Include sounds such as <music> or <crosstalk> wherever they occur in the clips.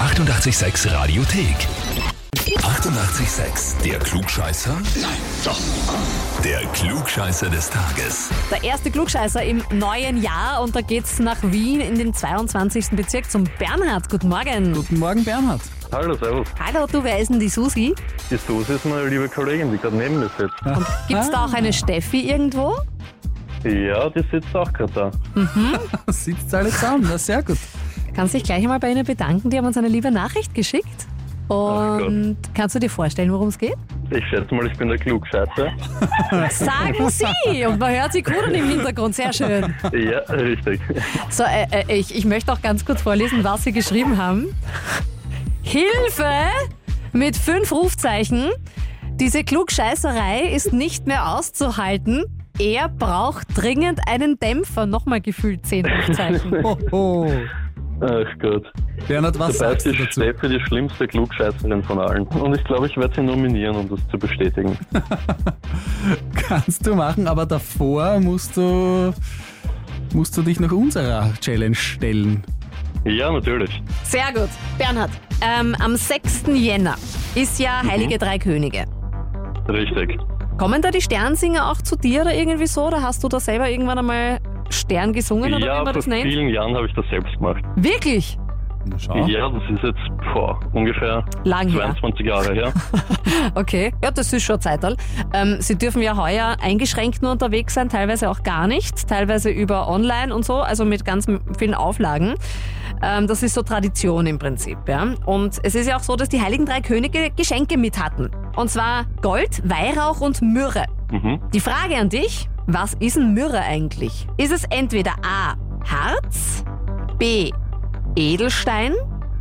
886 Radiothek. 88,6. Der Klugscheißer? Nein, doch. Der Klugscheißer des Tages. Der erste Klugscheißer im neuen Jahr und da geht's nach Wien in den 22. Bezirk zum Bernhard. Guten Morgen. Guten Morgen, Bernhard. Hallo, servus. Hallo, du, wer ist denn die Susi? Die Susi ist meine liebe Kollegin, die gerade neben mir sitzt. Und gibt's da auch eine Steffi irgendwo? Ja, die sitzt auch gerade da. Sitzt alle zusammen, na sehr gut. Kannst dich gleich einmal bei ihnen bedanken, die haben uns eine liebe Nachricht geschickt. Und kannst du dir vorstellen, worum es geht? Ich schätze mal, ich bin der Klugscheißer. <laughs> Sagen Sie! Und man hört sie gut im Hintergrund, sehr schön. Ja, richtig. So, äh, äh, ich, ich möchte auch ganz kurz vorlesen, was Sie geschrieben haben. Hilfe mit fünf Rufzeichen. Diese Klugscheißerei ist nicht mehr auszuhalten. Er braucht dringend einen Dämpfer. Nochmal gefühlt zehn Rufzeichen. Hoho. Ach Gott. Bernhard, was Dabei sagst ist du die dazu? Steffi die schlimmste Klugscheißerin von allen. Und ich glaube, ich werde sie nominieren, um das zu bestätigen. Kannst du machen, aber davor musst du, musst du dich nach unserer Challenge stellen. Ja, natürlich. Sehr gut. Bernhard, ähm, am 6. Jänner ist ja Heilige Drei Könige. Richtig. Kommen da die Sternsinger auch zu dir oder irgendwie so? Oder hast du da selber irgendwann einmal Stern gesungen oder wie Ja, man vor das nennt? vielen Jahren habe ich das selbst gemacht. Wirklich? Na Ah. schau. Ja, das ist jetzt boah, ungefähr Lang her. 22 Jahre her. Okay, ja, das ist schon Zeital. Ähm, Sie dürfen ja heuer eingeschränkt nur unterwegs sein, teilweise auch gar nicht, teilweise über online und so, also mit ganz m- vielen Auflagen. Ähm, das ist so Tradition im Prinzip. Ja? Und es ist ja auch so, dass die Heiligen Drei Könige Geschenke mit hatten. Und zwar Gold, Weihrauch und Myrrhe. Mhm. Die Frage an dich, was ist ein Myrrhe eigentlich? Ist es entweder A, Harz, B, Edelstein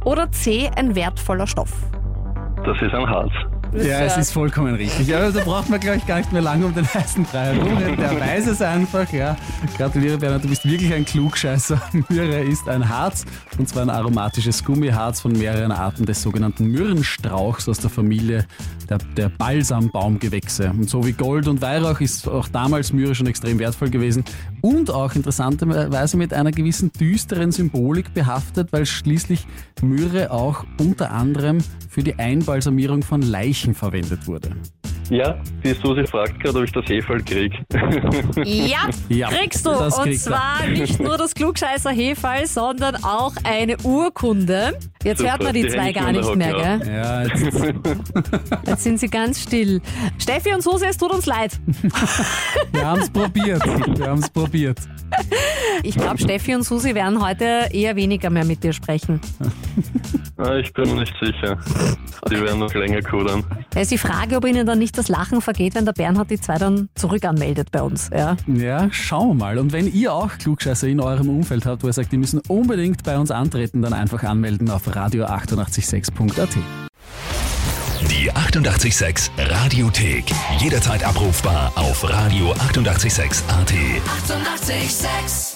oder C, ein wertvoller Stoff? Das ist ein Harz. Ja, es ist vollkommen richtig. Aber da braucht man, glaube ich, gar nicht mehr lange um den heißen Brei herum. Der weiß es einfach, ja. Gratuliere, Bernhard, du bist wirklich ein Klugscheißer. <laughs> Myrrhe ist ein Harz, und zwar ein aromatisches Gummiharz von mehreren Arten des sogenannten Myrrenstrauchs aus der Familie der, der Balsambaumgewächse. Und so wie Gold und Weihrauch ist auch damals Myrrhe schon extrem wertvoll gewesen und auch interessanterweise mit einer gewissen düsteren Symbolik behaftet, weil schließlich Myrrhe auch unter anderem für die Einbalsamierung von Leichen verwendet wurde. Ja, die Susi fragt gerade, ob ich das Hefall krieg. Ja, Ja, kriegst du. das Und kriegt er. zwar nicht nur das Klugscheißer Hefall, sondern auch eine Urkunde. Jetzt Super, hört man die, die zwei hängen gar schon nicht in mehr, der Hocke, gell? Ja, jetzt, Jetzt sind sie ganz still. Steffi und Susi, es tut uns leid. wir haben es probiert. Wir haben es probiert. Ich glaube, Steffi und Susi werden heute eher weniger mehr mit dir sprechen. Ah, ich bin mir nicht sicher. Die werden noch länger kudern. Da ist die Frage, ob ihnen dann nicht das Lachen vergeht, wenn der Bernhard die zwei dann zurück anmeldet bei uns. Ja. Ja, schauen wir mal. Und wenn ihr auch Klugscheißer in eurem Umfeld habt, wo ihr sagt, die müssen unbedingt bei uns antreten, dann einfach anmelden auf radio886.at. Die 88,6 Radiothek. Jederzeit abrufbar auf radio886.at. 88,6. Eighty-eight, sex.